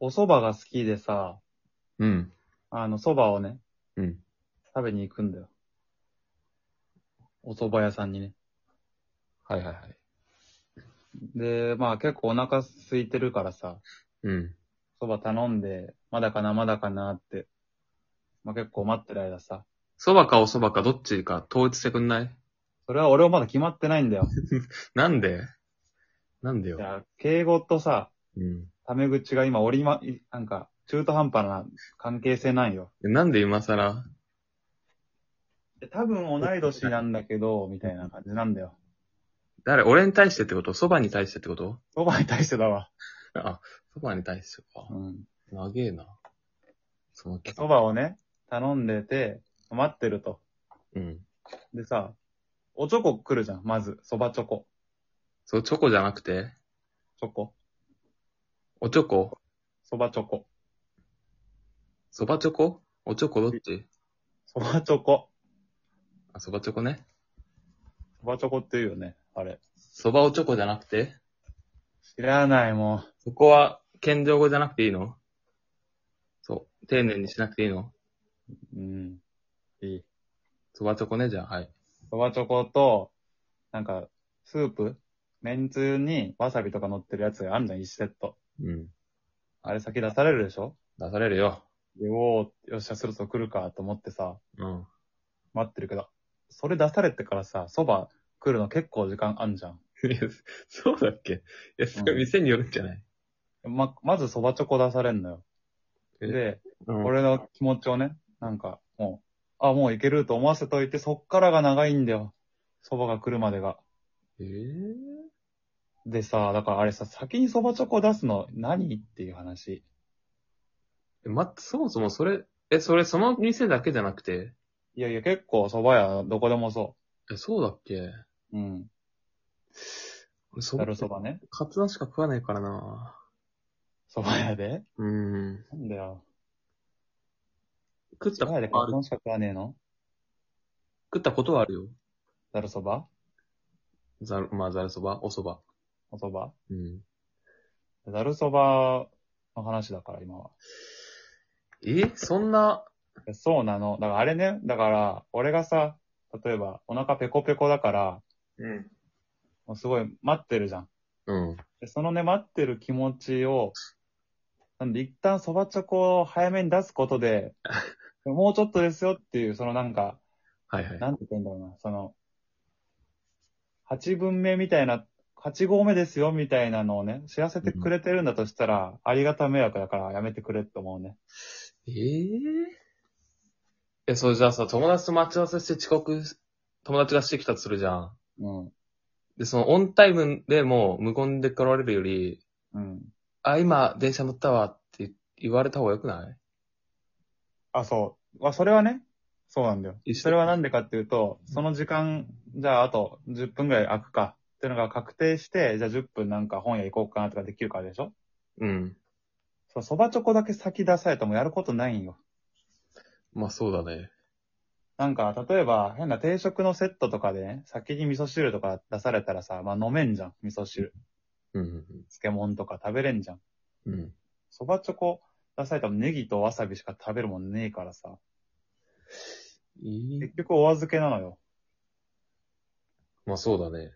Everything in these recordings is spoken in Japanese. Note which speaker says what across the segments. Speaker 1: お蕎麦が好きでさ、
Speaker 2: うん。
Speaker 1: あの、蕎麦をね、
Speaker 2: うん。
Speaker 1: 食べに行くんだよ。お蕎麦屋さんにね。
Speaker 2: はいはいはい。
Speaker 1: で、まあ結構お腹空いてるからさ、
Speaker 2: うん。
Speaker 1: 蕎麦頼んで、まだかな、まだかなって。まあ結構待ってる間さ、
Speaker 2: 蕎麦かお蕎麦かどっちか統一してくんない
Speaker 1: それは俺はまだ決まってないんだよ。
Speaker 2: なんでなんで
Speaker 1: い
Speaker 2: よ。
Speaker 1: や、敬語とさ、
Speaker 2: うん。
Speaker 1: タメ口が今折りま、いなんか、中途半端な関係性なんよ。
Speaker 2: なんで今更
Speaker 1: で多分同い年なんだけ ど、みたいな感じなんだよ。
Speaker 2: 誰俺に対してってこと蕎麦に対してってこと
Speaker 1: 蕎麦に対してだわ。
Speaker 2: あ、蕎麦に対してか
Speaker 1: う。ん。
Speaker 2: 長えな。その期
Speaker 1: 蕎
Speaker 2: 間。
Speaker 1: 麦をね、頼んでて、待ってると。
Speaker 2: うん。
Speaker 1: でさ、おチョコ来るじゃん、まず。蕎麦チョコ。
Speaker 2: そう、チョコじゃなくて
Speaker 1: チョコ。
Speaker 2: おチョコ
Speaker 1: 蕎麦チョコ。
Speaker 2: 蕎麦チョコおチョコどっち
Speaker 1: 蕎麦チョコ。
Speaker 2: あ、蕎麦チョコね。
Speaker 1: 蕎麦チョコって言うよね、あれ。
Speaker 2: 蕎麦おチョコじゃなくて
Speaker 1: 知らない、も
Speaker 2: そこは、謙譲語じゃなくていいのそう。丁寧にしなくていいの
Speaker 1: う。うん。いい。
Speaker 2: そばチョコね、じゃあ、はい。
Speaker 1: 蕎麦チョコと、なんか、スープめんつゆにわさびとか乗ってるやつがあるじゃん、1セット。
Speaker 2: うん。
Speaker 1: あれ先出されるでしょ
Speaker 2: 出されるよ。
Speaker 1: で、おー、よっしゃ、すると来るかと思ってさ、
Speaker 2: うん。
Speaker 1: 待ってるけど、それ出されてからさ、蕎麦来るの結構時間あんじゃん。
Speaker 2: そうだっけいや、それ
Speaker 1: うん
Speaker 2: 店によるんじゃない、
Speaker 1: ま、まず蕎麦チョコ出されんのよ。で、
Speaker 2: うん、
Speaker 1: 俺の気持ちをね、なんか、もう、あ、もういけると思わせといて、そっからが長いんだよ。蕎麦が来るまでが。
Speaker 2: えー
Speaker 1: でさ、だからあれさ、先に蕎麦チョコ出すの何っていう話。
Speaker 2: え、ま、そもそもそれ、え、それその店だけじゃなくて、
Speaker 1: いやいや、結構蕎麦屋、どこでもそ
Speaker 2: え、そうだっけ
Speaker 1: う。うん。
Speaker 2: 俺そ
Speaker 1: ざ
Speaker 2: ば
Speaker 1: る蕎麦ね。
Speaker 2: カツ丼しか食わないからな
Speaker 1: 蕎麦屋で
Speaker 2: うん。
Speaker 1: なんだよ。
Speaker 2: 食っ
Speaker 1: 蕎
Speaker 2: た
Speaker 1: 麦
Speaker 2: こ
Speaker 1: 屋
Speaker 2: とは
Speaker 1: で
Speaker 2: あ
Speaker 1: カ
Speaker 2: る
Speaker 1: ツ。丼しか食わねえの
Speaker 2: 食ったことはあるよ。
Speaker 1: ざる蕎麦
Speaker 2: ざる、まあ、ざるそばおそば。
Speaker 1: お蕎麦
Speaker 2: うん。
Speaker 1: ざるそばの話だから、今は。
Speaker 2: えそんな、
Speaker 1: いやそうなの。だからあれね、だから、俺がさ、例えば、お腹ペコペコだから、
Speaker 2: うん。
Speaker 1: もうすごい待ってるじゃん。
Speaker 2: うん。
Speaker 1: でそのね、待ってる気持ちを、なんで一旦そばチョコを早めに出すことで、もうちょっとですよっていう、そのなんか、
Speaker 2: はいはい。
Speaker 1: なんて言うんだろうな、その、8分目みたいな、8合目ですよみたいなのをね、知らせてくれてるんだとしたら、ありがた迷惑だからやめてくれって思うね。
Speaker 2: えええ、それじゃあさ、友達と待ち合わせして遅刻し、友達がしてきたとするじゃん。
Speaker 1: うん。
Speaker 2: で、そのオンタイムでもう無言で来られるより、
Speaker 1: うん。
Speaker 2: あ、今電車乗ったわって言われた方がよくない
Speaker 1: あ、そう。まあ、それはね、そうなんだよ。
Speaker 2: 一緒
Speaker 1: それはなんでかっていうと、その時間、じゃああと10分ぐらい空くか、っていうのが確定して、じゃあ10分なんか本屋行こうかなとかできるからでしょ
Speaker 2: うん。
Speaker 1: そう、そばチョコだけ先出されてもやることないんよ。
Speaker 2: まあそうだね。
Speaker 1: なんか、例えば、変な定食のセットとかでね、先に味噌汁とか出されたらさ、まあ飲めんじゃん。味噌汁、
Speaker 2: うん。
Speaker 1: 漬物とか食べれんじゃん。
Speaker 2: うん。
Speaker 1: そばチョコ出されたらネギとわさびしか食べるもんねえからさ。
Speaker 2: いい
Speaker 1: 結。局お預けなのよ。
Speaker 2: まあそうだね。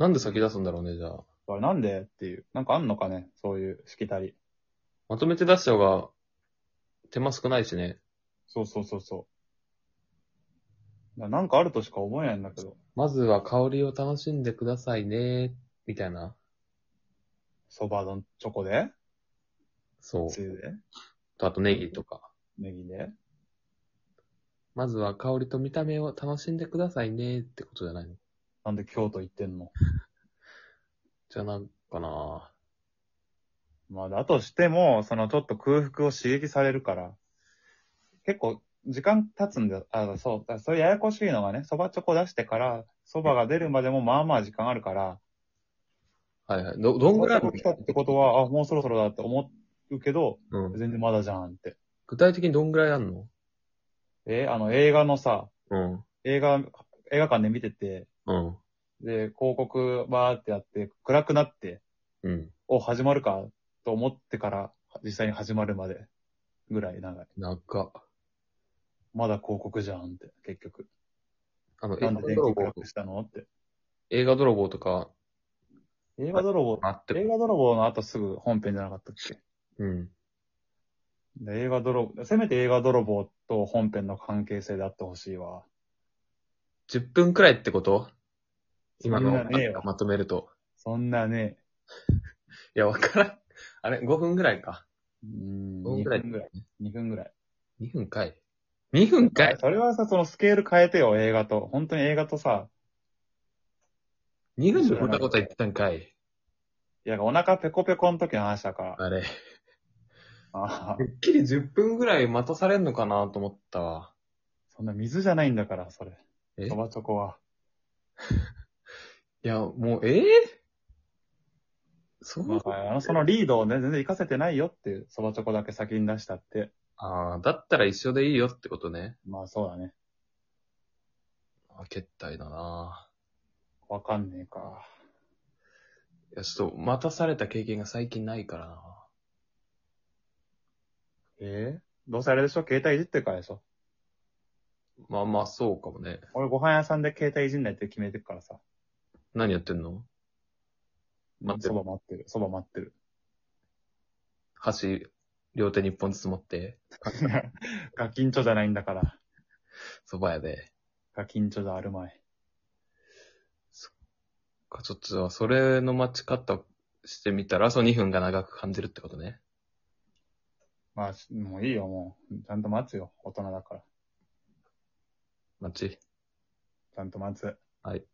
Speaker 2: なんで先出すんだろうね、じゃあ。
Speaker 1: あれなんでっていう。なんかあんのかねそういうしきたり。
Speaker 2: まとめて出した方が、手間少ないしね。
Speaker 1: そうそうそうそう。ななんかあるとしか思えないんだけど。
Speaker 2: まずは香りを楽しんでくださいね、みたいな。
Speaker 1: 蕎麦のチョコで、
Speaker 2: そう。
Speaker 1: つゆで、
Speaker 2: あとネギとか。
Speaker 1: ネギで。
Speaker 2: まずは香りと見た目を楽しんでくださいねってことじゃないの
Speaker 1: なんで京都行ってんの
Speaker 2: じゃないかな
Speaker 1: まあ、だとしても、そのちょっと空腹を刺激されるから、結構時間経つんだよ。あ、そう、だからそれややこしいのがね、蕎麦チョコ出してから、蕎麦が出るまでもまあまあ時間あるから、
Speaker 2: はいはい。ど、どんぐらい
Speaker 1: 蕎麦チョコ来たってことは、あ、もうそろそろだって思うけど、
Speaker 2: うん。
Speaker 1: 全然まだじゃんって。
Speaker 2: 具体的にどんぐらいあんの
Speaker 1: えあの映画のさ、
Speaker 2: うん。
Speaker 1: 映画、映画館で見てて、
Speaker 2: うん。
Speaker 1: で、広告バーってやって、暗くなって、
Speaker 2: うん。
Speaker 1: お、始まるかと思ってから、実際に始まるまでぐらい長い。
Speaker 2: なんか、
Speaker 1: まだ広告じゃんって、結局。
Speaker 2: あの、映
Speaker 1: な
Speaker 2: 画
Speaker 1: んで電
Speaker 2: 泥
Speaker 1: 気
Speaker 2: 棒
Speaker 1: 暗、くしたのって。
Speaker 2: 映画泥棒とか、
Speaker 1: 映画泥棒、
Speaker 2: あって、
Speaker 1: 映画泥棒の後すぐ本編じゃなかったっけ
Speaker 2: うん。
Speaker 1: で映画泥棒、せめて映画泥棒と本編の関係性であってほしいわ。
Speaker 2: 10分くらいってこと今の
Speaker 1: そんなねえわ
Speaker 2: まとめると。
Speaker 1: そんなね、
Speaker 2: いや、わからん。あれ、5分くらいか。
Speaker 1: うーん、
Speaker 2: どん
Speaker 1: 2
Speaker 2: ぐらい
Speaker 1: 分ぐらい。2分ぐらい。
Speaker 2: 2分かい。2分かい
Speaker 1: それはさ、そのスケール変えてよ、映画と。本当に映画とさ、
Speaker 2: !2 分でこんなこと言ってたんかい。
Speaker 1: いや、お腹ペコペコの時の話だから。
Speaker 2: あれ。
Speaker 1: ああ
Speaker 2: て、っきり10分ぐらい待たされんのかなと思ったわ。
Speaker 1: そんな水じゃないんだから、それ。
Speaker 2: え
Speaker 1: そばチョコは。
Speaker 2: いや、もう、ええそう、
Speaker 1: まあ、あのそのリードをね、全然活かせてないよっていう、そばチョコだけ先に出したって。
Speaker 2: ああ、だったら一緒でいいよってことね。
Speaker 1: まあそうだね。
Speaker 2: あ決体だな
Speaker 1: わかんねえか。
Speaker 2: いや、ちょっと、待たされた経験が最近ないからな
Speaker 1: ええどうせあれでしょ携帯いじってるからでしょ
Speaker 2: まあまあ、そうかもね。
Speaker 1: 俺ご飯屋さんで携帯いじんないって決めてるからさ。
Speaker 2: 何やってんの待って
Speaker 1: そば待ってる。そば待ってる。
Speaker 2: 箸、両手に一本ずつ持って、
Speaker 1: ガキンチョじゃないんだから。
Speaker 2: 蕎麦屋で。
Speaker 1: ガキンチョじゃあるまい。
Speaker 2: かちょっと、それの待ち方してみたら、その2分が長く感じるってことね。
Speaker 1: まあ、しもういいよ、もう。ちゃんと待つよ。大人だから。
Speaker 2: 待ち。
Speaker 1: ちゃんと待つ。
Speaker 2: はい。